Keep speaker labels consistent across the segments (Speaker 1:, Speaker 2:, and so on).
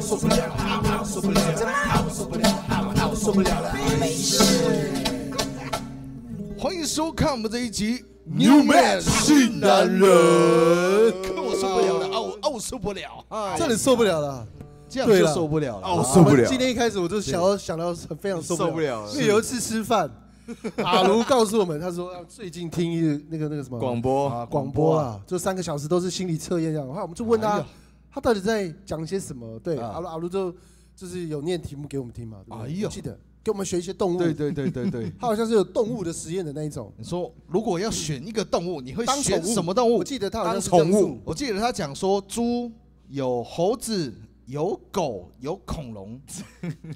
Speaker 1: 受不了，我受不了，我受不了，我受不了了。
Speaker 2: 欢迎收看我们这一集
Speaker 1: New Man 是男人
Speaker 2: 我受不了了，哦哦，我受不了，啊，
Speaker 3: 这里受不了了。
Speaker 2: 这样
Speaker 3: 对
Speaker 2: 就
Speaker 3: 了啊
Speaker 2: 受不了了。
Speaker 1: 哦受不了
Speaker 3: 今天一开始我就想要想到非常受不了，
Speaker 4: 受不了
Speaker 3: 因为有一次 吃饭，阿卢告诉我们，他说啊最近听一那个那个什么
Speaker 4: 广播，
Speaker 3: 啊广播啊，就三个小时都是心理测验这样。然后我们就问
Speaker 2: 哎
Speaker 3: 他
Speaker 2: 呀，
Speaker 3: 他到底在讲些什么？对，
Speaker 2: 啊
Speaker 3: 阿卢阿卢就就是有念题目给我们听嘛，对不对
Speaker 2: 哎呦
Speaker 3: 我记得给我们学一些动物，
Speaker 2: 对对对对对，
Speaker 3: 他好像是有动物的实验的那一种，
Speaker 2: 你说如果要选一个动物，你会
Speaker 3: 当宠
Speaker 2: 选
Speaker 3: 物
Speaker 2: 什么动物
Speaker 3: 我？记得他好像是
Speaker 4: 当宠
Speaker 3: 这样
Speaker 4: 物
Speaker 3: 子
Speaker 2: 我记得他讲说猪有猴子。有狗，有恐龙，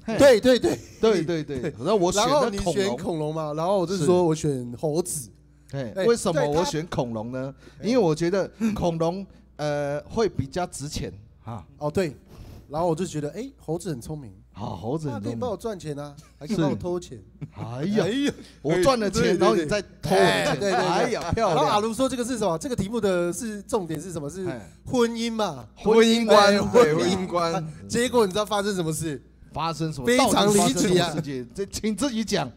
Speaker 3: 对对对
Speaker 2: 对对对，然后我选
Speaker 3: 然后
Speaker 2: 了
Speaker 3: 你
Speaker 2: 恐
Speaker 3: 选
Speaker 2: 龙，
Speaker 3: 恐龙嘛，然后我就是
Speaker 2: 是
Speaker 3: 说我选猴子，
Speaker 2: 哎
Speaker 3: 哎，
Speaker 2: 为什么
Speaker 3: 对他
Speaker 2: 我选恐龙呢？因为我觉得恐龙呃会比较值钱啊，
Speaker 3: 哦对，然后我就觉得哎猴子很聪明，
Speaker 2: 好猴子
Speaker 3: 他
Speaker 2: 很
Speaker 3: 可以
Speaker 2: 聪
Speaker 3: 帮我
Speaker 2: 明，
Speaker 3: 赚钱啊，还可以
Speaker 2: 是
Speaker 3: 帮我偷钱。
Speaker 2: 哎呀，我赚了
Speaker 3: 对对
Speaker 2: 钱，
Speaker 3: 对
Speaker 2: 然后你再偷我
Speaker 3: 哎
Speaker 2: 的钱，
Speaker 3: 对对对
Speaker 2: 哎呀， 漂
Speaker 3: 然后阿
Speaker 2: 亮，
Speaker 3: 卢说这个是什么？这个题目的是重点是什么？是
Speaker 2: 哎
Speaker 3: 婚姻嘛？
Speaker 4: 婚姻
Speaker 3: 哎
Speaker 4: 观，
Speaker 3: 婚
Speaker 4: 对
Speaker 3: 姻
Speaker 4: 婚姻观，
Speaker 2: 嗯
Speaker 3: 结果你知道发生什么事？
Speaker 2: 发生什么
Speaker 3: 非常离奇啊
Speaker 2: 世界，这请自己讲，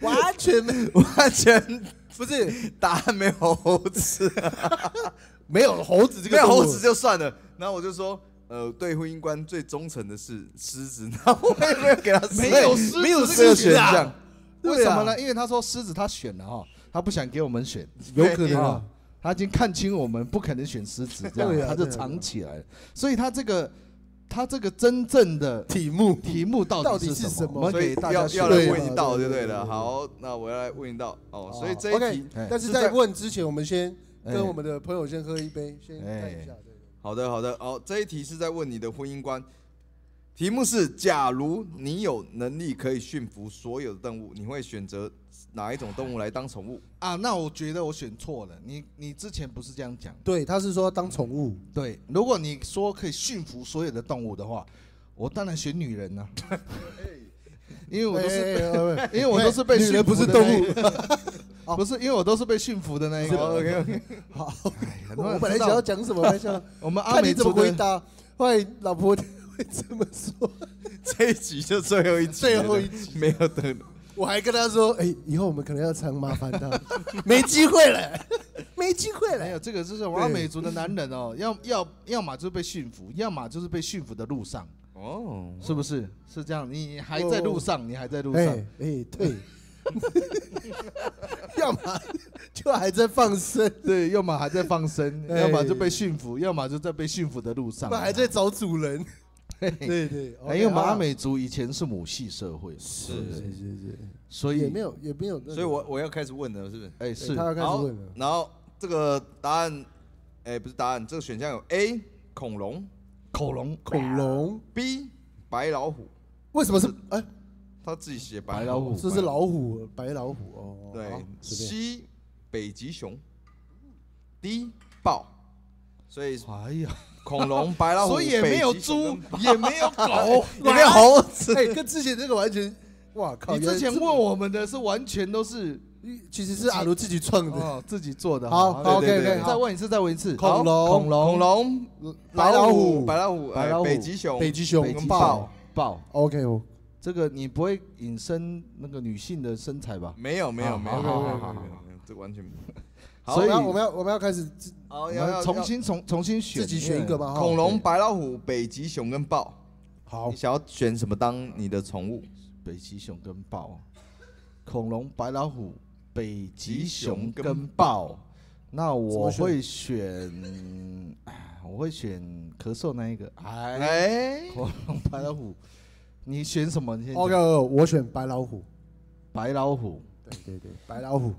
Speaker 3: 完全没
Speaker 4: 完全
Speaker 3: 不是
Speaker 4: 答案没有猴子，
Speaker 3: 没有猴子这
Speaker 4: 没
Speaker 3: 个
Speaker 4: 有
Speaker 3: 动物
Speaker 4: 猴子就算了。然后我就说，呃，对婚姻观最忠诚的是狮子，然后我也没有给他
Speaker 2: 没有狮子
Speaker 4: 没有
Speaker 2: 这个
Speaker 4: 这个
Speaker 2: 选
Speaker 4: 选
Speaker 2: 项
Speaker 4: 项，
Speaker 3: 对啊
Speaker 2: 为什么呢？因为他说狮子他选了哈，他不想给我们选，
Speaker 3: 有可能
Speaker 2: 啊
Speaker 3: 啊，，
Speaker 2: 他已经看清我们不可能选狮子，这
Speaker 3: 对
Speaker 2: 样他
Speaker 3: 啊
Speaker 2: 就藏起来了。所以他这个他这个真正的
Speaker 3: 题目
Speaker 2: 题目到
Speaker 3: 到
Speaker 2: 底
Speaker 3: 底
Speaker 2: 是
Speaker 3: 是
Speaker 2: 什
Speaker 3: 什
Speaker 2: 么？
Speaker 3: 么
Speaker 2: 我们
Speaker 4: 所以
Speaker 2: 给大家
Speaker 4: 要
Speaker 2: 选
Speaker 4: 要
Speaker 3: 了
Speaker 4: 来
Speaker 3: 对
Speaker 4: 问一
Speaker 3: 嘛
Speaker 4: 道
Speaker 3: 对
Speaker 4: 就对
Speaker 3: 对
Speaker 4: 了。
Speaker 3: 对
Speaker 4: 好，那我要来问一道哦，所以这一
Speaker 3: OK
Speaker 4: 题。
Speaker 2: 哎。
Speaker 3: 但是
Speaker 4: 是
Speaker 3: 在
Speaker 4: 在
Speaker 3: 问之前，我们先
Speaker 2: 哎
Speaker 3: 跟我们的朋友先喝一杯，先
Speaker 2: 哎
Speaker 3: 看一下。对
Speaker 4: 好的，好的，哦，这一题是在问你的婚姻观，题目是：假如你有能力可以驯服所有的动物，你会选择哪一种动物来当宠 物？
Speaker 2: 啊，那我觉得我选错了。你你之前不是这样讲？
Speaker 3: 对，他是说当宠物，
Speaker 2: 对，如果你说可以驯服所有的动物的话，我当然选女 人呐、因为我都
Speaker 3: 哎
Speaker 2: 是被，
Speaker 3: 是
Speaker 2: 因为我都是被
Speaker 3: 女
Speaker 2: 驯
Speaker 3: 人
Speaker 2: 服
Speaker 3: 不是
Speaker 2: 的
Speaker 3: 动
Speaker 2: 那一
Speaker 3: 物。
Speaker 2: 个，
Speaker 3: 哦
Speaker 2: 不是，因为我都是被驯服的那一个。
Speaker 4: o k OK，
Speaker 3: 好，
Speaker 2: 哎很多人
Speaker 3: 我本来
Speaker 2: 知道
Speaker 3: 想要讲什么，我本来想
Speaker 2: 我们阿
Speaker 3: 看
Speaker 2: 美
Speaker 3: 你怎么
Speaker 2: 族的
Speaker 3: 回答，后来老婆会这么说。
Speaker 4: 这一集就最后一集，
Speaker 3: 最后一集，
Speaker 4: 没有等。
Speaker 3: 我还跟他说，哎、以后我们可能要常麻烦 他，没机会了， 没机会
Speaker 2: 没有
Speaker 3: 了。
Speaker 2: 哎这个，就是我们阿美族的男人哦，要要要么就是被驯服，要么就是被驯服的路上，
Speaker 4: 哦，
Speaker 2: 是不是？是这样，你还在路上，你还在路
Speaker 3: 哎
Speaker 2: 上，
Speaker 3: 哎、对， 要么就还在放生，
Speaker 2: 对，要么还在放生，
Speaker 3: 哎
Speaker 2: 要么就被驯服，要么就在被驯服的路上
Speaker 3: 要，么还在找主人。
Speaker 2: 嘿
Speaker 3: 对对，哦
Speaker 2: 哎，因为我们阿美族以前是母系社会，
Speaker 4: 是
Speaker 3: 是是是是，
Speaker 2: 所
Speaker 3: 也
Speaker 2: 以
Speaker 3: 没有也没有那个，
Speaker 4: 所以我我要开始问了，是不是？
Speaker 2: 哎
Speaker 3: 对
Speaker 2: 是
Speaker 3: 他要开始
Speaker 4: 好
Speaker 3: 问了，。
Speaker 4: 然后这个答案，哎，不是答案，这个选项有 A 恐龙
Speaker 2: 恐龙
Speaker 3: 恐龙
Speaker 4: ，B 白老虎，
Speaker 3: 为什么是哎、
Speaker 4: 他自己写
Speaker 2: 白
Speaker 4: 白
Speaker 2: 老
Speaker 4: 老
Speaker 2: 虎
Speaker 4: 虎，
Speaker 3: 这是老虎白老虎哦，好
Speaker 4: 对
Speaker 3: 随便
Speaker 4: ，C 北极熊，D 豹，所以
Speaker 2: 哎 呀，
Speaker 4: 恐龙、白老虎，
Speaker 2: 所以也没有
Speaker 4: 北极熊
Speaker 2: 猪
Speaker 4: 跟，
Speaker 2: 也没有狗，
Speaker 4: 也没有猴子。
Speaker 3: 哎、跟之前这个完全，哇靠！
Speaker 2: 你之前
Speaker 3: 原来
Speaker 2: 问我们的是完全都是
Speaker 3: 这，其实是阿卢自己创的。
Speaker 2: 哦自己做的。
Speaker 3: 好
Speaker 2: 好
Speaker 4: 对
Speaker 3: 好
Speaker 4: 对
Speaker 3: ，OK
Speaker 4: 对
Speaker 3: OK，
Speaker 4: 对
Speaker 2: 再
Speaker 3: 好，
Speaker 2: 问一次，再问一次。
Speaker 3: 恐
Speaker 2: 好
Speaker 3: 龙
Speaker 2: 恐龙、
Speaker 4: 恐龙、
Speaker 3: 白老虎
Speaker 4: 白老虎、
Speaker 2: 白老虎
Speaker 4: 哎北极熊、
Speaker 3: 北极熊
Speaker 2: 北极
Speaker 4: 跟
Speaker 2: 熊
Speaker 4: 豹，
Speaker 2: 豹，
Speaker 3: OK 哦，
Speaker 2: 这个你不会引申那个女性的身材吧？
Speaker 4: 没有没有
Speaker 2: 好
Speaker 4: 没有，没
Speaker 2: 啊好
Speaker 4: 有
Speaker 2: 好
Speaker 4: 没
Speaker 2: 好
Speaker 4: 有
Speaker 2: 好
Speaker 4: 没有没有这完全没有。好
Speaker 2: 所以
Speaker 3: 我们要我们要我们要开始自
Speaker 4: 好，
Speaker 2: 我
Speaker 4: 要
Speaker 2: 们
Speaker 4: 要
Speaker 2: 重新重重新选
Speaker 3: 自己选一个。
Speaker 2: 因
Speaker 3: 吧。
Speaker 4: 要
Speaker 3: 哈
Speaker 4: 恐龙、白老虎、北极熊跟豹，
Speaker 3: 好
Speaker 4: 你，想要选什么当你的宠物？
Speaker 2: 为北极熊跟豹，恐龙、白老虎、北极熊跟
Speaker 3: 嗯
Speaker 2: 豹。那我会选，哎我会选咳嗽那一个。哎，
Speaker 4: 哎，
Speaker 2: 恐龙、白老虎，你选什么？你先讲
Speaker 3: OK，我选白老虎。
Speaker 2: 白老虎，
Speaker 3: 对对对，白老虎。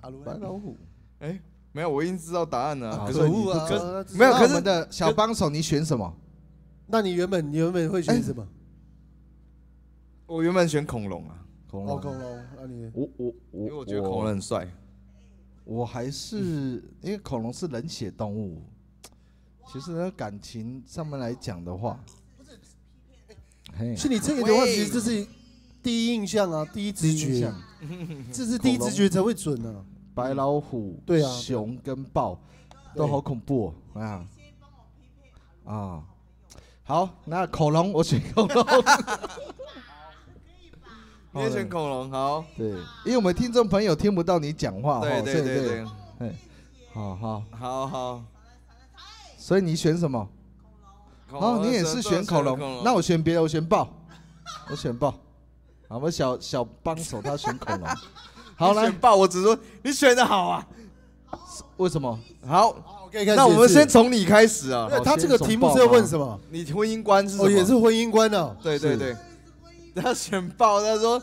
Speaker 3: 阿卢，
Speaker 2: 白老虎。
Speaker 4: 哎，没有，我已经知道答案了。
Speaker 2: 啊
Speaker 4: 可
Speaker 2: 可
Speaker 4: 是
Speaker 3: 恶啊！
Speaker 4: 可
Speaker 3: 他知
Speaker 4: 没有
Speaker 3: 道
Speaker 2: 那
Speaker 4: 可
Speaker 2: 我
Speaker 4: 是
Speaker 2: 们的小帮手，你选什么？
Speaker 3: 那你原本你原本会选什么？
Speaker 4: 我原本选恐龙啊，
Speaker 2: 恐
Speaker 3: 哦，
Speaker 2: 龙。
Speaker 3: 恐龙。那你
Speaker 2: 我我
Speaker 4: 因
Speaker 2: 我
Speaker 4: 为我觉得恐龙很帅。
Speaker 2: 我还是因为恐龙是冷血动物，其实呢感情上面来讲的话，嘿
Speaker 3: 是你这个的话，其实这是第一印象啊，第一直
Speaker 2: 印
Speaker 3: 觉
Speaker 2: 象，
Speaker 3: 这是第一直觉才会准啊。
Speaker 2: 白老虎、
Speaker 3: 对啊
Speaker 2: 熊跟豹都好恐怖哦啊啊！好，那恐龙我选恐龙。哦
Speaker 4: 你也选恐龙，好，
Speaker 2: 对，因为我们听众朋友听不到你讲话，
Speaker 4: 对
Speaker 2: 哦
Speaker 4: 对
Speaker 2: 所以
Speaker 4: 对对，
Speaker 2: 哎，好好，
Speaker 4: 好好。
Speaker 2: 所以你选什么？
Speaker 4: 恐
Speaker 2: 哦，你也
Speaker 4: 这
Speaker 2: 是
Speaker 4: 这
Speaker 2: 选恐龙，那
Speaker 4: 我
Speaker 2: 我选别的，我选豹，我选豹。好，我们小小帮手他选恐 龙。好，来
Speaker 4: 选，豹，我只说你选的好啊，
Speaker 2: 为什么？
Speaker 4: 好，
Speaker 3: 我可以开始
Speaker 4: 那我们
Speaker 3: 解释
Speaker 4: 先，从你开始啊
Speaker 3: 那，
Speaker 2: 好
Speaker 3: 他这个题目是要问什么？
Speaker 4: 你婚姻观是什么？
Speaker 3: 哦，也是婚姻观哦。
Speaker 4: 对对
Speaker 2: 是
Speaker 4: 对，他选豹，他说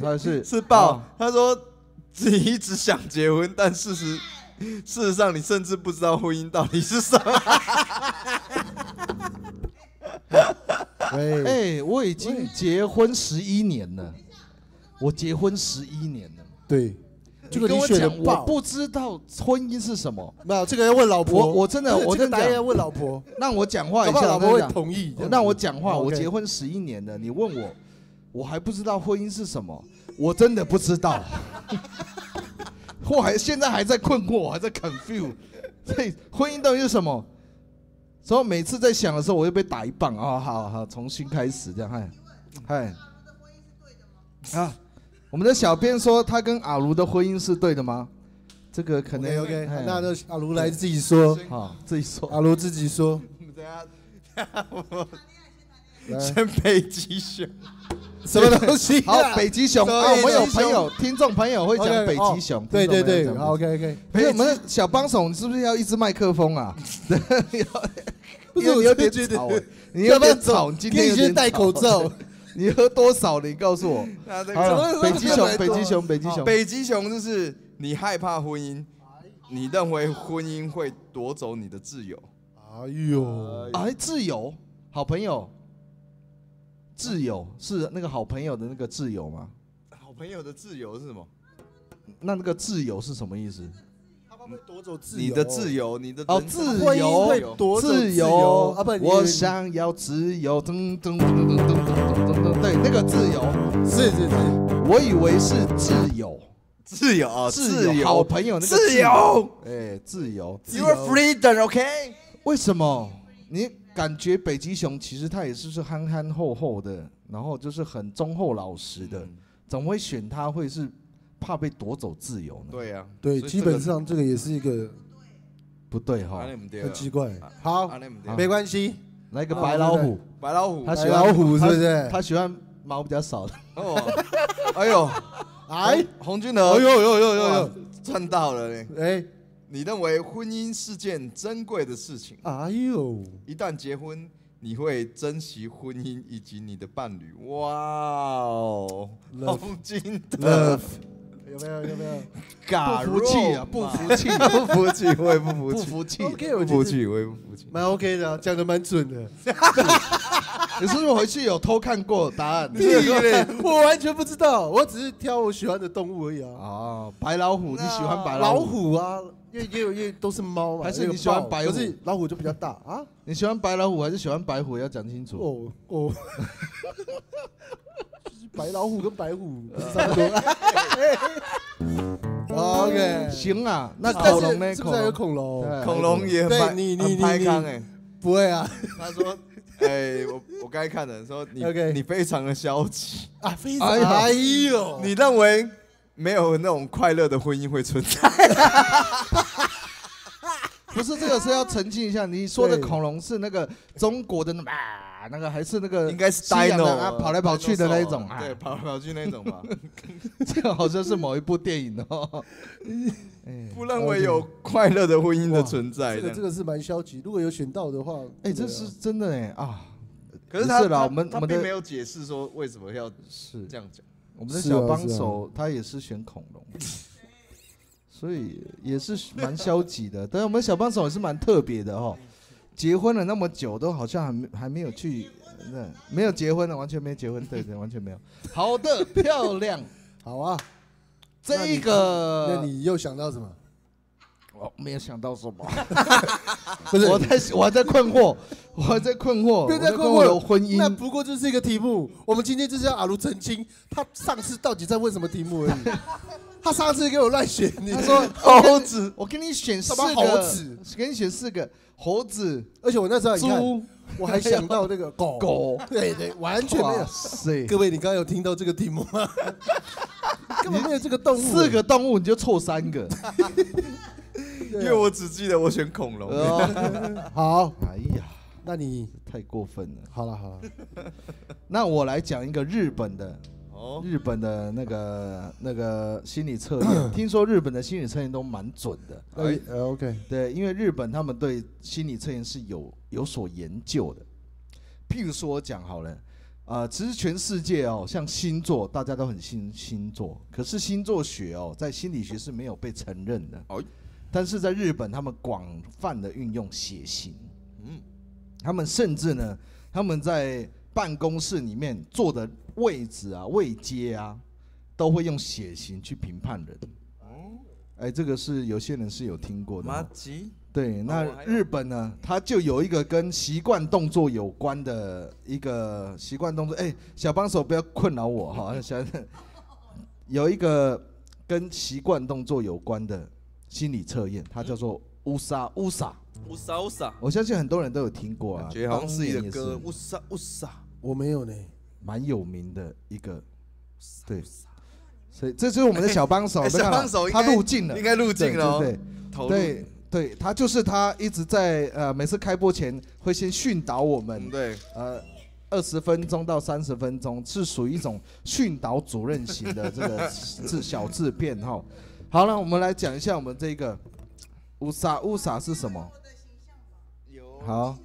Speaker 2: 他 是
Speaker 4: 是豹
Speaker 2: 哦，
Speaker 4: 他说你一直想结婚，但事实事实上你甚至不知道婚姻到底是 什么。
Speaker 3: 喂，
Speaker 2: 哎，我已经结婚十一年了，我结婚十一年了。
Speaker 3: 对，这个
Speaker 2: 跟
Speaker 3: 你
Speaker 2: 我
Speaker 3: 选的
Speaker 2: 讲，我
Speaker 3: 豹
Speaker 2: 不知道婚姻是什么，
Speaker 3: 没有，这个要问老婆。
Speaker 2: 我我真的
Speaker 3: 这个
Speaker 2: 我真的
Speaker 3: 答案
Speaker 2: 讲
Speaker 3: 要问老婆，
Speaker 2: 让我讲话
Speaker 3: 搞
Speaker 2: 一
Speaker 3: 不好
Speaker 2: 下。
Speaker 3: 老
Speaker 2: 我
Speaker 3: 婆
Speaker 2: 跟你
Speaker 3: 会
Speaker 2: 讲
Speaker 3: 同意。这样
Speaker 2: 哦让我讲话，
Speaker 3: 嗯 OK
Speaker 2: 我结婚十一年了，你问我，我还不知道婚姻是什么，我真的不知道， 我还现在还在困惑，我还在 confuse，所以婚姻到底是什么？所以我每次在想的时候，我又被打一棒啊、哦！好好，重新开始这样，嗨，嗨。啊，我们的小编说他跟阿如的婚姻是对的吗？这个可能
Speaker 3: OK OK，
Speaker 2: 嗨
Speaker 3: 哎那就阿卢来自己说，
Speaker 2: 好自己说。
Speaker 3: 阿卢自己说，
Speaker 4: 等一下等一下我
Speaker 3: 来
Speaker 4: 选北极熊，
Speaker 3: 什么东西啊？
Speaker 2: 好，北极熊
Speaker 3: 北
Speaker 2: 啊，我们有
Speaker 3: 极
Speaker 2: 朋
Speaker 3: 熊
Speaker 2: 友、听众朋友会
Speaker 3: OK，
Speaker 2: 讲北极熊
Speaker 3: 哦。对
Speaker 2: 听众朋友
Speaker 3: 对对
Speaker 2: 讲北极
Speaker 3: 好，OK 哎 OK。
Speaker 2: 不是我们的小帮手，你是不是要一支麦克风啊？
Speaker 3: 不是
Speaker 2: 因为你有点
Speaker 3: 我就觉得
Speaker 2: 吵欸，你
Speaker 3: 要
Speaker 2: 有
Speaker 3: 不要
Speaker 2: 点吵，你今
Speaker 3: 可
Speaker 2: 天
Speaker 3: 以
Speaker 2: 有
Speaker 3: 先
Speaker 2: 点
Speaker 3: 戴
Speaker 2: 吵啊
Speaker 3: 口罩。
Speaker 2: 你喝多少？你告诉 我。
Speaker 4: 那这个
Speaker 2: 好了，北极 熊，
Speaker 3: 这个
Speaker 2: 北极熊，北极熊。
Speaker 4: 哦北极熊就是你害怕婚姻，你认为婚姻会夺走你的自由。
Speaker 3: 哎
Speaker 4: 呃
Speaker 3: 呦，
Speaker 2: 哎，自由，好朋友，自由是那个好朋友的那个自由吗？
Speaker 4: 好朋友的自由是什么？
Speaker 2: 那那个自由是什么意思？
Speaker 3: 他们会夺走自
Speaker 4: 你的自由，你的
Speaker 2: 哦
Speaker 4: 人
Speaker 2: 自
Speaker 4: 生
Speaker 3: 婚姻
Speaker 2: 由
Speaker 3: 会夺走
Speaker 2: 自由
Speaker 3: 由啊！不，你
Speaker 2: 我想要自由，噔噔噔噔噔噔噔噔，对，那个自由，
Speaker 3: 是是是。
Speaker 2: 我以为是自由，
Speaker 4: 自由啊，
Speaker 2: 哦自
Speaker 4: 由，
Speaker 2: 好朋友那个
Speaker 4: 自由
Speaker 2: 哎，自由，
Speaker 4: ，You are freedom，OK？、
Speaker 2: 为什么？你感觉北极熊其实它也是是憨憨厚厚的，然后就是很忠厚老实的，
Speaker 4: 嗯
Speaker 2: 怎么会选它会是怕被夺走自由呢？，
Speaker 4: 对呀，
Speaker 3: 对，
Speaker 4: 所以
Speaker 3: 基
Speaker 4: 这个
Speaker 3: 本上这个也是一个
Speaker 2: 不对
Speaker 4: 啊
Speaker 2: 哈
Speaker 4: 那？不对啊
Speaker 3: 很奇怪
Speaker 4: 啊。
Speaker 3: 好
Speaker 4: 啊，那不对啊
Speaker 3: 没关系，
Speaker 2: 来个白老虎，
Speaker 4: 白老虎
Speaker 2: 他，喜
Speaker 3: 白
Speaker 2: 欢
Speaker 3: 老虎是
Speaker 2: 他
Speaker 3: 不是？
Speaker 2: 他喜欢毛比较少的，
Speaker 4: 哦，哎呦，
Speaker 3: 哎，
Speaker 4: 洪俊
Speaker 3: 哎呦
Speaker 4: 德，
Speaker 3: 呦呦呦
Speaker 4: 哇
Speaker 3: 呦，
Speaker 4: 赚到了嘞！
Speaker 3: 哎，
Speaker 4: 你认为婚姻是件珍贵的事情，
Speaker 3: 哎呦，
Speaker 4: 一旦结婚，你会珍惜婚姻以及你的伴侣。哇哦，
Speaker 3: Love
Speaker 4: 洪俊德
Speaker 2: 呃
Speaker 3: Love，，有没有有没有？
Speaker 4: 嘎
Speaker 2: 不服气啊，
Speaker 4: 肉
Speaker 2: 不
Speaker 4: 嘛
Speaker 2: 服气，
Speaker 4: 不服气，我也不服
Speaker 2: 不
Speaker 4: 气，
Speaker 2: 服气。
Speaker 3: OK，
Speaker 4: 不
Speaker 3: 我
Speaker 4: 服
Speaker 3: 觉得
Speaker 4: 气，我也不服气。
Speaker 3: 蛮 OK 的啊，讲的蛮准的。
Speaker 2: 你是不是回去有偷看过答案？
Speaker 3: 屁嘞，我完全不知道，我只是挑我喜欢的动物而已啊。
Speaker 2: 哦，白老虎，你喜欢白
Speaker 3: 老
Speaker 2: 老？
Speaker 3: 虎啊，因为因为因为都是猫嘛，
Speaker 2: 还是
Speaker 3: 那个
Speaker 2: 你喜欢
Speaker 3: 豹
Speaker 2: 白虎
Speaker 3: 可是老虎就比较大啊。
Speaker 2: 你喜欢白老虎还是喜欢白虎？要讲清楚。
Speaker 3: 哦哦， 就是白老虎跟白虎差不多。OK，
Speaker 2: 行啊，那
Speaker 3: 但是
Speaker 2: 恐龙呢？
Speaker 3: 是不是还有
Speaker 2: 恐
Speaker 3: 恐龙？
Speaker 2: 对
Speaker 4: 恐龙也
Speaker 3: 对
Speaker 4: 很
Speaker 3: 你你
Speaker 4: 很
Speaker 3: 你
Speaker 4: 拍
Speaker 3: 你
Speaker 4: 康哎，
Speaker 3: 不会啊
Speaker 4: 他说，哎，我我刚才看的说你
Speaker 3: OK
Speaker 4: 你非常的消极，
Speaker 3: 啊，非
Speaker 2: 常
Speaker 3: 常哎呦，
Speaker 4: 你认为没有那种快乐的婚姻会存在？
Speaker 2: 不是这个是要澄清一下，你说的
Speaker 3: 对
Speaker 2: 恐龙是那个中国的那个啊，那个还是那个
Speaker 4: 应该是
Speaker 2: 西洋
Speaker 4: dino
Speaker 2: 的啊，跑来跑去的那一种啊？
Speaker 4: 对，，跑来跑去那一种吧。
Speaker 2: 这个好像是某一部电影哦。哎
Speaker 4: 不认为有快乐的婚姻的存在
Speaker 3: 这个这
Speaker 4: 的。
Speaker 3: 个是蛮消极。如果有选到的话，啊
Speaker 2: 哎，这是真的哎啊，
Speaker 4: 可是
Speaker 2: 不
Speaker 4: 他
Speaker 2: 是啦
Speaker 4: 他
Speaker 2: 我们
Speaker 4: 他
Speaker 2: 我们的
Speaker 4: 并没有解释说为什么要
Speaker 2: 是
Speaker 4: 这样讲。
Speaker 2: 我们的
Speaker 3: 是啊
Speaker 2: 小帮
Speaker 3: 是
Speaker 2: 手他也是选恐龙， 所以也是蛮消极的。但是我们小帮手也是蛮特别的哦，结婚了那么久，都好像还没还没有去，那没有结婚的，完全没结婚，对对，完全没有。好的，漂亮。
Speaker 3: 好啊。 那
Speaker 2: 这
Speaker 3: 你
Speaker 2: 一个
Speaker 3: 那你又想到什么？
Speaker 2: 我没有想到什么，
Speaker 3: 不是
Speaker 2: 啊我在我还在困惑，我还在困惑，
Speaker 3: 不
Speaker 2: 我
Speaker 3: 要再
Speaker 2: 在
Speaker 3: 困惑
Speaker 2: 惑
Speaker 3: 了
Speaker 2: 有婚
Speaker 3: 那
Speaker 2: 姻。
Speaker 3: 不过就是一个题目。我们今天就是要阿卢澄清，他上次到底在问什么题目而已。他上次给我乱选，你
Speaker 2: 他说
Speaker 3: 猴子，
Speaker 2: 我给你选四
Speaker 3: 什么
Speaker 2: 个
Speaker 3: 猴子，
Speaker 2: 给你选四个猴子、
Speaker 3: 而且我那时候你看，
Speaker 2: 猪、
Speaker 3: 我还想到那个 狗，
Speaker 2: 狗，
Speaker 3: 对对，完全没
Speaker 2: 哇
Speaker 3: 有。
Speaker 2: 塞，
Speaker 3: 各位，你刚刚有听到这个题目吗？根本没有这个动物，
Speaker 2: 四个动物你就凑三个，
Speaker 3: 对啊
Speaker 4: 因为我只记得我选恐龙。
Speaker 2: 呃
Speaker 3: 好，
Speaker 2: 哎呀，
Speaker 3: 那你
Speaker 2: 太过分了。
Speaker 3: 好了好了，
Speaker 2: 那我来讲一个日本的，
Speaker 4: 哦，
Speaker 2: 日本的那个那个心理测验，听说日本的心理测验都蛮准的。
Speaker 3: 那你呃 OK，
Speaker 2: 对，因为日本他们对心理测验是有有所研究的。譬如说讲好了，呃，其实全世界哦，像星座大家都很信星座，可是星座学哦，在心理学是没有被承认的。
Speaker 4: 哎
Speaker 2: 但是在日本，他们广泛的运用血型，
Speaker 4: 嗯，
Speaker 2: 他们甚至呢，他们在办公室里面坐的位置啊、位阶啊，都会用血型去评判人。
Speaker 4: 哦
Speaker 2: 哎，这个是有些人是有听过的
Speaker 4: 马
Speaker 2: 哦。
Speaker 4: 吉，
Speaker 2: 对，
Speaker 4: 那
Speaker 2: 那
Speaker 4: 我还有
Speaker 2: 日本呢，它就有一个跟习惯动作有关的一个习惯动作。哎，小帮手不要困扰我 哈，小有一个跟习惯动作有关的心理测验，它叫做乌沙乌沙。
Speaker 4: 乌萨乌萨，
Speaker 2: 我相信很多人都有听过啊
Speaker 4: 感，觉好像
Speaker 2: 当
Speaker 4: 是一
Speaker 2: 年
Speaker 4: 个
Speaker 2: 也
Speaker 4: 歌，乌萨乌萨，
Speaker 3: 我没有呢。
Speaker 2: 蛮有名的一个，对，所以这就是我们的小帮 手，
Speaker 4: 哎
Speaker 2: 没办法
Speaker 4: 小帮手应
Speaker 2: 他
Speaker 4: 该
Speaker 2: 入境了，
Speaker 4: 应该入
Speaker 2: 对
Speaker 4: 境了哦
Speaker 2: 对对。
Speaker 4: 投入
Speaker 2: 对对，他就是他一直在呃，每次开播前会先训导我
Speaker 4: 嗯
Speaker 2: 们，
Speaker 4: 对，
Speaker 2: 呃，二十分钟到三十分钟是属于一种训导主任型的这个自小自辩哈。好了，我们来讲一下我们这个乌萨乌萨是什么？
Speaker 4: 有
Speaker 2: 好，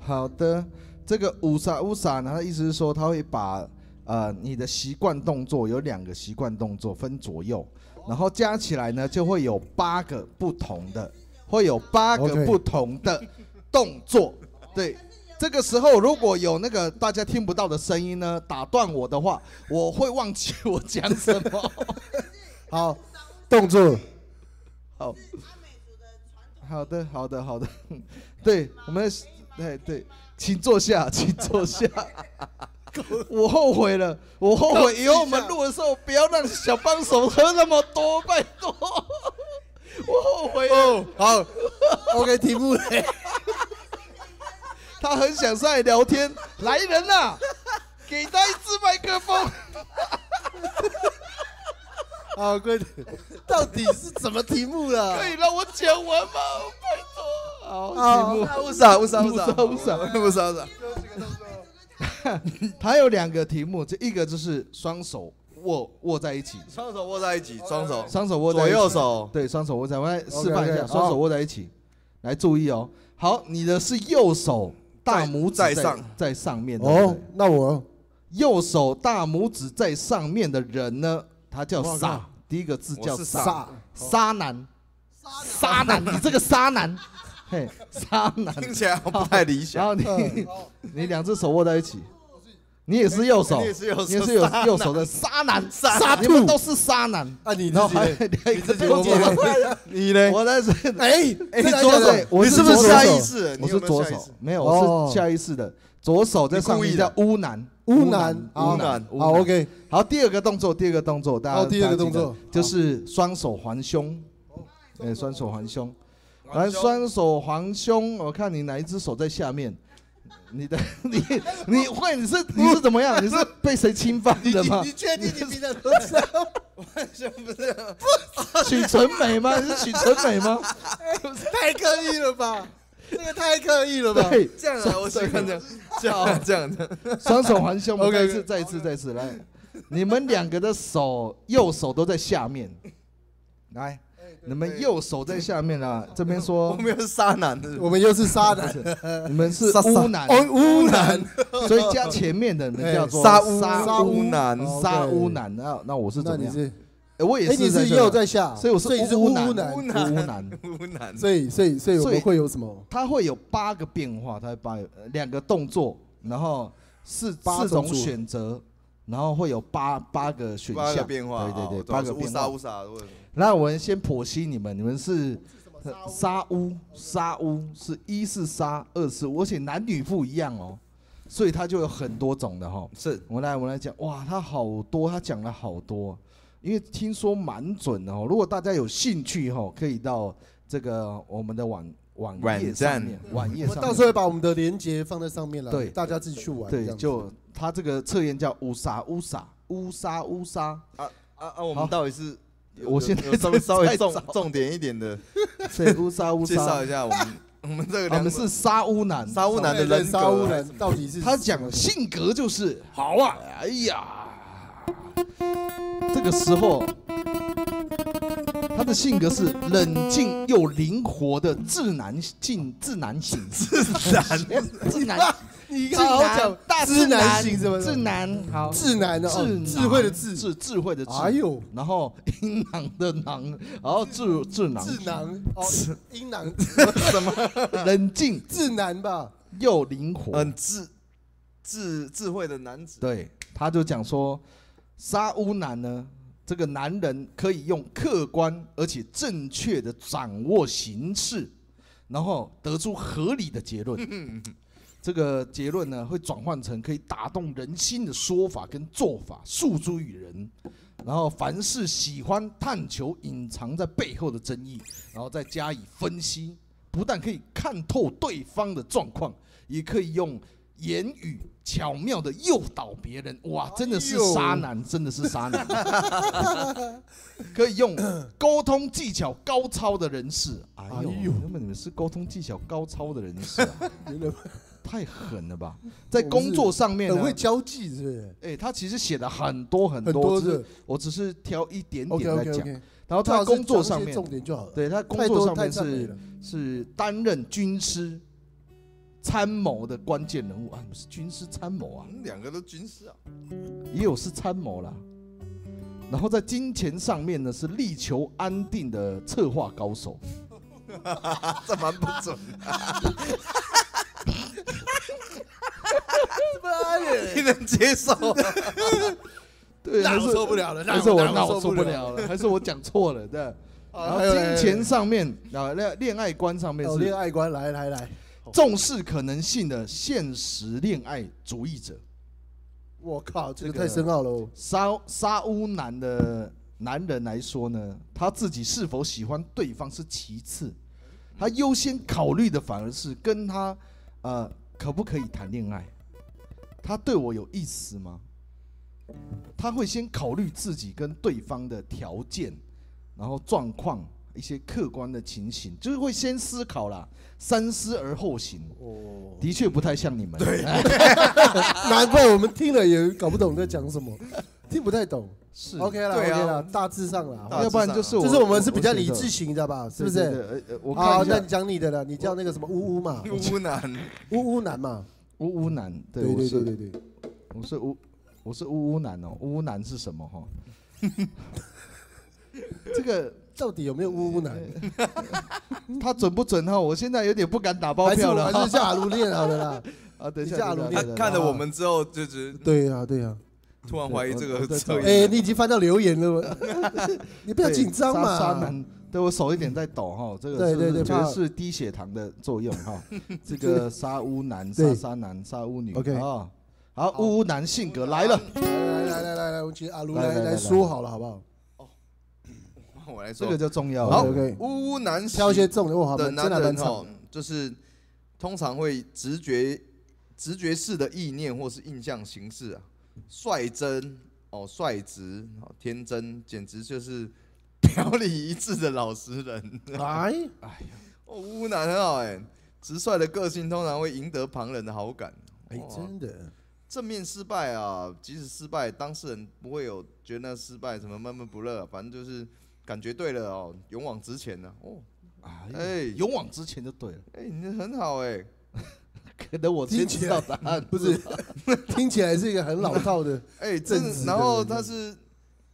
Speaker 2: 好的，这个乌萨乌萨呢，它的意思是说它会把呃你的习惯动作有两个习惯动作分左右，然后加起来呢就会有八个不同的，会有八个
Speaker 3: OK
Speaker 2: 不同的动作。对，这个时候如果有那个大家听不到的声音呢打断我的话，我会忘记我讲什么。
Speaker 3: 好，动作
Speaker 2: 好。好的，好的，好的。 对，我们对对，请坐下，请坐 下。我后悔了，我后悔以后我们录的时候不要让小帮手喝那么多，拜 托。我后悔了，
Speaker 3: 哦好，OK，题目嘞，
Speaker 2: 他很想上来聊天。来人呐、给他一支麦克风。
Speaker 3: 好，快点，到底是什么题目啦
Speaker 2: 可？以让我讲完吗？拜托。好，
Speaker 3: 好
Speaker 2: 题目。
Speaker 4: 啊乌萨乌萨乌萨
Speaker 2: 乌萨乌
Speaker 4: 乌萨乌萨，
Speaker 2: 它有两个题目，这一个就是双手握握在一起，
Speaker 4: 双手握在一起，双手
Speaker 2: 双手握在一起
Speaker 4: 左右手
Speaker 2: 对，双手握在，我来示范一下，
Speaker 3: OK，OK，
Speaker 2: 双手握在一起，来注意哦。好，你的是右手大拇指
Speaker 4: 在
Speaker 2: 在
Speaker 4: 在上
Speaker 2: 在上面的
Speaker 3: 哦
Speaker 2: 哦，，
Speaker 3: 那我
Speaker 2: 右手大拇指在上面的人呢，他叫
Speaker 3: 我
Speaker 2: 傻
Speaker 3: 靠，
Speaker 2: 第一个字叫
Speaker 4: 我是傻哦
Speaker 2: 傻，傻男，傻男，你这个傻男，嘿，傻男，
Speaker 4: 听起来好像不太理
Speaker 2: 然
Speaker 4: 想。
Speaker 2: 后你 你两只手握在一起，你也是右手，
Speaker 4: 你也是右手
Speaker 2: 你也是右右手的渣男，
Speaker 3: 男
Speaker 2: 你们都是渣男。
Speaker 3: 啊你自己
Speaker 2: 然后还还有一个动作
Speaker 4: 你呢？
Speaker 2: 我在是
Speaker 3: 哎
Speaker 2: 哎
Speaker 3: 真的
Speaker 2: 左
Speaker 3: 假的
Speaker 2: 手，我
Speaker 4: 你是不是
Speaker 2: 左手
Speaker 4: 下意识
Speaker 2: 我
Speaker 4: 你
Speaker 2: 是
Speaker 4: 有没有
Speaker 2: 左
Speaker 4: 下意
Speaker 2: 手
Speaker 4: 识，
Speaker 2: 没有，我
Speaker 3: 哦
Speaker 2: 是下意识的，左手在上
Speaker 4: 你故
Speaker 2: 面
Speaker 4: 意
Speaker 2: 叫
Speaker 4: 的
Speaker 2: 乌男，
Speaker 3: 乌
Speaker 2: 男
Speaker 3: 男，
Speaker 2: 乌
Speaker 3: 好
Speaker 2: 男，乌
Speaker 3: 好
Speaker 2: 男。
Speaker 3: ，OK，
Speaker 2: 好，第二个动作，第二个动作，大家
Speaker 3: 好第二个
Speaker 2: 大家记得
Speaker 3: 动作
Speaker 2: 就是双手环胸，哎，双手环胸，来
Speaker 4: 完兄
Speaker 2: 双手环胸，我看你哪一只手在下面。你的 你你会你是你是怎么样？你是被谁侵犯
Speaker 4: 你
Speaker 2: 的吗
Speaker 4: 你？你确定你平常都这样？完全不是，
Speaker 2: 许纯美吗？你是许纯美吗？
Speaker 3: 太刻意了吧？这个太刻意了吧？
Speaker 2: 对，
Speaker 4: 这样啊，我喜欢这样，这样这样的。
Speaker 2: 双手环胸。
Speaker 4: OK，OK
Speaker 2: 再一次，再一次，再一次，来，你们两个的手，右手都在下面，来，你们右手在下面啊，这边
Speaker 4: 我
Speaker 2: 说
Speaker 4: 们又是渣男的，
Speaker 3: 我们又是沙男，
Speaker 2: 你们是
Speaker 3: 沙
Speaker 2: 哦乌男，
Speaker 3: 哦，乌男，
Speaker 2: 所以加前面的你们叫做
Speaker 4: 沙乌
Speaker 2: 哎沙
Speaker 4: 乌
Speaker 2: 乌
Speaker 4: 男，
Speaker 3: 哦
Speaker 2: 沙
Speaker 3: OK
Speaker 2: 乌男。那那我是怎
Speaker 3: 那
Speaker 2: 么
Speaker 3: 你
Speaker 2: 样？
Speaker 3: 是，
Speaker 2: 哎我也
Speaker 3: 哎，你
Speaker 2: 是
Speaker 3: 是
Speaker 2: 这
Speaker 3: 右
Speaker 2: 个，
Speaker 3: 在下，
Speaker 2: 所以我
Speaker 3: 所以你
Speaker 2: 是
Speaker 3: 是乌
Speaker 2: 男，
Speaker 3: 男
Speaker 2: 乌
Speaker 4: 乌男
Speaker 2: 男。
Speaker 4: 乌男，
Speaker 3: 所以所以所以我
Speaker 2: 所以
Speaker 3: 们会有什么？
Speaker 2: 它会有八个变化，它会八个呃两个动作，然后四
Speaker 3: 八
Speaker 2: 四
Speaker 3: 种
Speaker 2: 种
Speaker 3: 组合
Speaker 2: 选择，然后会有八八个选
Speaker 4: 八个
Speaker 2: 项，
Speaker 4: 变化，
Speaker 2: 对对对，
Speaker 4: 哦
Speaker 2: 八个
Speaker 4: 乌
Speaker 2: 变
Speaker 4: 沙
Speaker 2: 化
Speaker 4: 乌。沙，我
Speaker 2: 那我们先剖析你们，你们是呃沙屋，沙屋是一是沙，二是屋，而且男女不一样哦，所以它就有很多种的哈、哦。
Speaker 4: 是
Speaker 2: 我来我来讲，哇，他好多，他讲了好多，因为听说蛮准的哦。如果大家有兴趣哈、哦，可以到这个我们的网网
Speaker 4: 网
Speaker 2: 页
Speaker 4: 站
Speaker 2: 上面，网页
Speaker 3: 我
Speaker 2: 上面
Speaker 3: 到时候会把我们的链接放在上面了，
Speaker 2: 对
Speaker 3: 大家自己去玩。这
Speaker 2: 对，
Speaker 3: 样子
Speaker 2: 就它这个测验叫乌沙乌沙乌沙乌沙，
Speaker 4: 啊啊，我
Speaker 2: 好
Speaker 4: 们到底是有？
Speaker 2: 我
Speaker 4: 有
Speaker 2: 现在
Speaker 4: 有稍微
Speaker 2: 在
Speaker 4: 稍微
Speaker 2: 在
Speaker 4: 重
Speaker 2: 找
Speaker 4: 重点一点的
Speaker 2: 所以乌沙乌
Speaker 4: 介绍
Speaker 2: 沙
Speaker 4: 一，下我们 我们这个
Speaker 2: 我
Speaker 4: 两
Speaker 2: 们是沙乌男，
Speaker 4: 沙乌男的人
Speaker 3: 沙乌
Speaker 4: 格，
Speaker 3: 人到底是
Speaker 2: 他讲性格就是好啊，哎呀，这个时候他的性格是冷静又灵活的智男性智男型，智男智男
Speaker 3: 你
Speaker 2: 智
Speaker 3: 好好
Speaker 2: 男
Speaker 3: 讲
Speaker 2: 大
Speaker 3: 智男型
Speaker 2: 智
Speaker 3: 什么
Speaker 2: 男智男好
Speaker 3: 智男的哦
Speaker 2: 智男
Speaker 3: 智慧的智
Speaker 2: 智智慧的智，
Speaker 3: 哎呦
Speaker 2: 然后阴囊的囊，然后智智囊
Speaker 3: 智囊哦，阴囊
Speaker 2: 冷静
Speaker 3: 智男吧，
Speaker 2: 又灵活，
Speaker 4: 很智智智慧的男子，
Speaker 2: 对，他就讲说，沙乌男呢，这个男人可以用客观而且正确的掌握形势，然后得出合理的结论。这个结论呢，会转换成可以打动人心的说法跟做法，诉诸于人。然后凡事喜欢探求隐藏在背后的争议，然后再加以分析，不但可以看透对方的状况，也可以用言语巧妙的诱导别人。哇，真的是
Speaker 3: 哎呦
Speaker 2: 渣男，真的是渣男。 可以用沟通技巧高超的人士。哎呦，
Speaker 3: 哎呦
Speaker 2: 原本你们是沟通技巧高超的人士、 啊，
Speaker 3: 原来
Speaker 2: 太狠了吧？在工作上面
Speaker 3: 很
Speaker 2: 呢
Speaker 3: 会，交际，是不是？
Speaker 2: 哎、他其实写了很多很
Speaker 3: 很
Speaker 2: 多，
Speaker 3: 多
Speaker 2: 只是
Speaker 3: 的
Speaker 2: 我只是挑一点
Speaker 3: OK
Speaker 2: 点来
Speaker 3: OK
Speaker 2: 讲。
Speaker 3: OK。
Speaker 2: 然后他在工作上面，
Speaker 3: 重点就好了。
Speaker 2: 对他工
Speaker 3: 太
Speaker 2: 作
Speaker 3: 多
Speaker 2: 上
Speaker 3: 太
Speaker 2: 面
Speaker 3: 赞美
Speaker 2: 是
Speaker 3: 了，
Speaker 2: 是担任军师参谋的关键人物啊，你们是军师参谋
Speaker 4: 我
Speaker 2: 啊，
Speaker 4: 们两个都军师啊，
Speaker 2: 也有是参谋啦。然后在金钱上面呢，是力求安定的策划高手。
Speaker 4: 这蛮不准。
Speaker 3: 妈耶！
Speaker 4: 你能接受？
Speaker 2: 对，还
Speaker 3: 那我
Speaker 2: 是
Speaker 3: 受不了了，
Speaker 2: 还
Speaker 3: 那
Speaker 2: 是我
Speaker 3: 那
Speaker 2: 那我
Speaker 3: 受
Speaker 2: 受
Speaker 3: 不
Speaker 2: 不。了了， 还是我讲错了对。然
Speaker 3: 啊
Speaker 2: 后
Speaker 3: 还
Speaker 2: 金
Speaker 3: 有
Speaker 2: 钱上面啊，恋恋爱观上面
Speaker 3: 哦，
Speaker 2: 是
Speaker 3: 恋爱哦观，来来来，
Speaker 2: 重视可能性的现实恋爱主义者。
Speaker 3: 我靠，这个
Speaker 2: 这个
Speaker 3: 太深奥了哦。
Speaker 2: 沙沙乌男的男人来说呢，他自己是否喜欢对方是其次，他优先考虑的反而是跟他呃可不可以谈恋爱，他对我有意思吗？他会先考虑自己跟对方的条件，然后状况一些客观的情形，就是会先思考啦，三思而后行。
Speaker 3: 哦，
Speaker 2: 的确不太像你们，
Speaker 3: 难怪我们听了也搞不懂在讲 什么，听不太懂。
Speaker 2: 是
Speaker 3: OK 啦
Speaker 4: 对啊
Speaker 3: ，OK 啦，大致上啊啦。
Speaker 4: 大
Speaker 2: 要不然就是我，
Speaker 3: 就是我们是比较理
Speaker 2: 我
Speaker 3: 智型的吧，是
Speaker 2: 写
Speaker 3: 不
Speaker 2: 的，对
Speaker 3: 是？？
Speaker 2: 对对呃呃我
Speaker 3: 好，
Speaker 2: 看一
Speaker 3: 那
Speaker 2: 下
Speaker 3: 你，讲你的了，你叫那个什么乌乌嘛，
Speaker 4: 乌男，
Speaker 3: 乌乌男嘛。
Speaker 2: 乌乌男，对，
Speaker 3: 对
Speaker 2: 我
Speaker 3: 对对
Speaker 2: 是
Speaker 3: 对对，
Speaker 2: 我是乌我是乌乌男哦，乌乌男是什么哈？ 这个
Speaker 3: 到底有没有乌乌男？
Speaker 2: 他准不准哈？我现在有点不敢打 包
Speaker 3: 还是
Speaker 2: 票
Speaker 3: 我
Speaker 2: 了
Speaker 3: 还
Speaker 2: 哈
Speaker 3: 是叫阿卢练好 了啦。
Speaker 2: 啊！等一
Speaker 3: 你下
Speaker 2: 下，
Speaker 3: 楼
Speaker 2: 等一
Speaker 4: 他
Speaker 2: 下
Speaker 3: 练的
Speaker 2: 等一下
Speaker 4: 看了我们之后，就是
Speaker 3: 对啊，对啊。
Speaker 4: 突然怀疑这
Speaker 2: 啊我
Speaker 4: 个
Speaker 2: 在
Speaker 4: 测
Speaker 2: 找
Speaker 3: 哎，
Speaker 4: 验。
Speaker 3: 你已经翻到留 言了，你不要
Speaker 2: 对啊
Speaker 3: 紧张
Speaker 2: 沙沙
Speaker 3: 嘛。
Speaker 2: 男，对我手有点在抖哈，这个
Speaker 3: 对
Speaker 2: 是
Speaker 3: 对对
Speaker 2: 觉
Speaker 3: 怕
Speaker 2: 得是低血糖的作用哈。 这个沙乌男、
Speaker 3: 对
Speaker 2: 沙沙男、沙乌女
Speaker 3: OK
Speaker 2: 啊，好，乌乌男性格来了，
Speaker 3: 来来来来来，我们请阿卢
Speaker 2: 来
Speaker 3: 来
Speaker 2: 来来
Speaker 3: 来
Speaker 2: 来
Speaker 3: 说好了，好不好？
Speaker 4: 我来
Speaker 2: 哎这
Speaker 4: 说
Speaker 2: 个，就重要
Speaker 4: 好
Speaker 2: 了。
Speaker 3: OK，
Speaker 4: 乌男喜
Speaker 3: 挑一些重点，哇，
Speaker 2: 啊
Speaker 3: 好
Speaker 4: 的
Speaker 3: 蛮真
Speaker 4: 男
Speaker 3: 的蛮
Speaker 4: 人
Speaker 3: 长
Speaker 4: 哦，，就是通常会直觉、直觉式的意念或是印象形式啊，率真哦，率直哦，天真，简直就是 表里一致的老实人。
Speaker 3: 哎，
Speaker 4: 哦，乌男很好哎、直率的个性通常会赢得旁人的好感。
Speaker 3: 哎，真的，
Speaker 4: 正面失败啊，即使失败，当事人不会有觉得那失败什么闷闷不乐啊、反正就是感觉对了哦，勇往直前呢、哦，
Speaker 2: 哎，
Speaker 4: 哎
Speaker 2: 勇往直前就对了，
Speaker 4: 哎，你很好哎、
Speaker 2: 可能我先
Speaker 3: 听起
Speaker 2: 知道答案，嗯
Speaker 3: 不是，听起来是一个很老套的，
Speaker 4: 哎，这
Speaker 3: 正直的
Speaker 4: 然后他是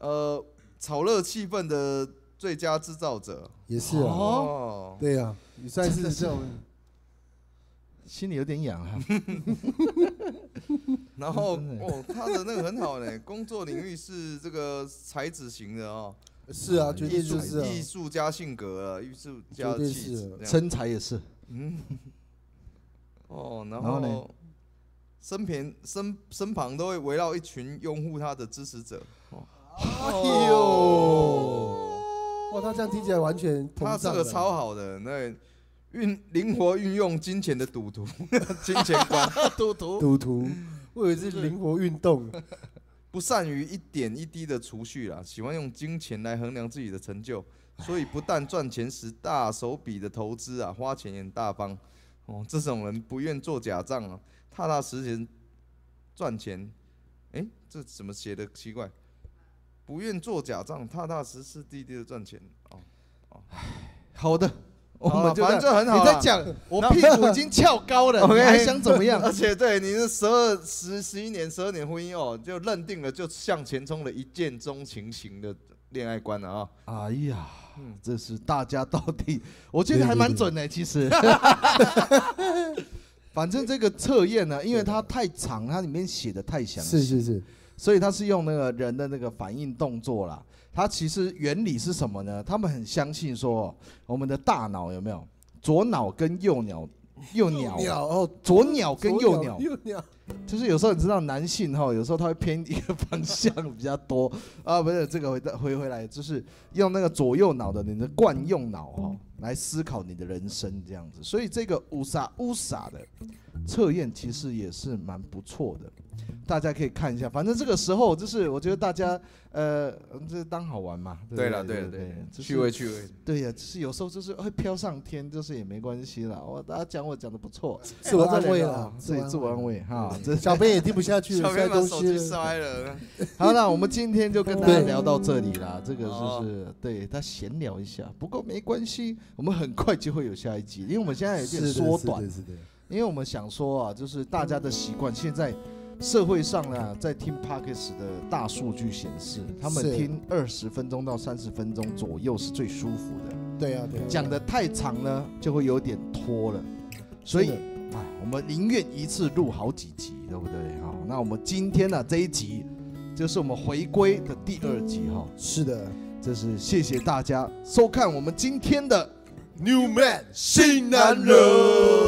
Speaker 4: 呃炒热气氛的最佳制造者
Speaker 3: 也是啊，
Speaker 4: 哦，
Speaker 3: 对啊，你算是这种
Speaker 2: 心里有点痒啊。
Speaker 4: 然后
Speaker 2: 真的
Speaker 4: 哦他的那个很好呢， 工作领域是这个才子型的哦，
Speaker 3: 是啊，绝
Speaker 4: 艺
Speaker 3: 对
Speaker 4: 术
Speaker 3: 就是啊，
Speaker 4: 艺术家性格啊，艺术家
Speaker 3: 绝对
Speaker 4: 气
Speaker 3: 是
Speaker 4: 质这样
Speaker 2: 身材也是，
Speaker 4: 哦，然
Speaker 2: 然后呢
Speaker 4: 后身边身身旁都会围绕一群拥护他的支持者，哦
Speaker 3: 哎呦，哇，他这样听起来完全膨
Speaker 4: 他这
Speaker 3: 胀
Speaker 4: 个
Speaker 3: 了
Speaker 4: 超好的，那运灵活运用金钱的赌徒， 金钱观，
Speaker 2: 赌徒
Speaker 3: 赌徒，我以为是灵活运动，
Speaker 4: 不善于一点一滴的储蓄啦，喜欢用金钱来衡量自己的成就，所以不但赚钱时大手笔的投资啊，花钱也很大方。哦，这种人不愿做假账啊，踏踏实实赚钱。哎、这怎么写的奇怪？不愿做假账，踏踏实实地地的赚钱。哦，
Speaker 2: 好的，我
Speaker 4: 好了
Speaker 2: 们就
Speaker 4: 反正
Speaker 2: 这样
Speaker 4: 就很好
Speaker 2: 你在
Speaker 4: 了
Speaker 2: 讲，啊我
Speaker 4: 那
Speaker 2: 屁股已经翘高 了，你
Speaker 4: OK
Speaker 2: 还想怎么样？
Speaker 4: 而且对你是十二十十一年十二年婚姻哦，就认定了就向前冲的一见钟情型的恋爱观了啊、
Speaker 2: 哎呀
Speaker 4: 嗯，
Speaker 2: 这是大家到底， 我觉得还蛮准的、其实。 反正这个测验呢，因为它太长，它里面写的太详
Speaker 3: 是
Speaker 2: 细，
Speaker 3: 是是，
Speaker 2: 所以它是用那个人的那个反应动作啦。它其实原理是什么呢？他们很相信说，哦我们的大脑有没有左脑跟右脑，右鸟
Speaker 3: 鸟哦，
Speaker 2: 左鸟跟右鸟，
Speaker 3: 右鸟，
Speaker 2: 就是有时候你知道男性哈，有时候他会偏一个方向比较多啊，不是这个回到回回来，就是用那个左右脑的你的惯用脑哈来思考你的人生这样子，所以这个乌萨乌萨的测验其实也是蛮不错的，大家可以看一下。反正这个时候就是我觉得大家呃，这当好玩嘛。不
Speaker 4: 对了对
Speaker 2: 对
Speaker 4: 了
Speaker 2: 对
Speaker 4: 对了，
Speaker 2: 就是
Speaker 4: 趣味趣味。
Speaker 2: 对呀，就是有时候就是会飘上天，就是也没关系啦。我大家讲我讲的不错，
Speaker 3: 自我安慰
Speaker 2: 啊
Speaker 3: 了，
Speaker 2: 自己自我安慰哈，这
Speaker 3: 小贝也听不下去了，
Speaker 4: 小
Speaker 3: 摔
Speaker 4: 编把
Speaker 3: 东
Speaker 4: 手
Speaker 3: 西
Speaker 4: 机
Speaker 3: 了，
Speaker 4: 摔了，
Speaker 2: 好了，我们今天就跟大家
Speaker 3: 对
Speaker 2: 聊到这里
Speaker 3: 嗯
Speaker 2: 啦。这个
Speaker 4: 哦
Speaker 2: 就是对他闲聊一下，不过没关系，我们很快就会有下一集，因为我们现在有点
Speaker 3: 是的
Speaker 2: 缩短，，
Speaker 3: 是的是的，
Speaker 2: 因为我们想说啊，就是大家的习惯，现在社会上呢，在听 Podcast 的大数据显示，他们
Speaker 3: 是
Speaker 2: 听二十分钟到三十分钟左右是最舒服的，
Speaker 3: 对啊对啊，
Speaker 2: 讲的太长呢，就会有点拖了，所以
Speaker 3: 是的
Speaker 2: 哎，我们宁愿一次录好几集，对不对？好，那我们今天呢、这一集，就是我们回归的第二集哈、
Speaker 3: 是的
Speaker 2: 这是谢谢大家收看我们今天的
Speaker 3: ，New Man
Speaker 2: 新
Speaker 3: 男人
Speaker 1: 受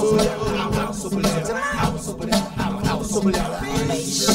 Speaker 1: 不了，我受不了，我受不了，我受不了，我受不了。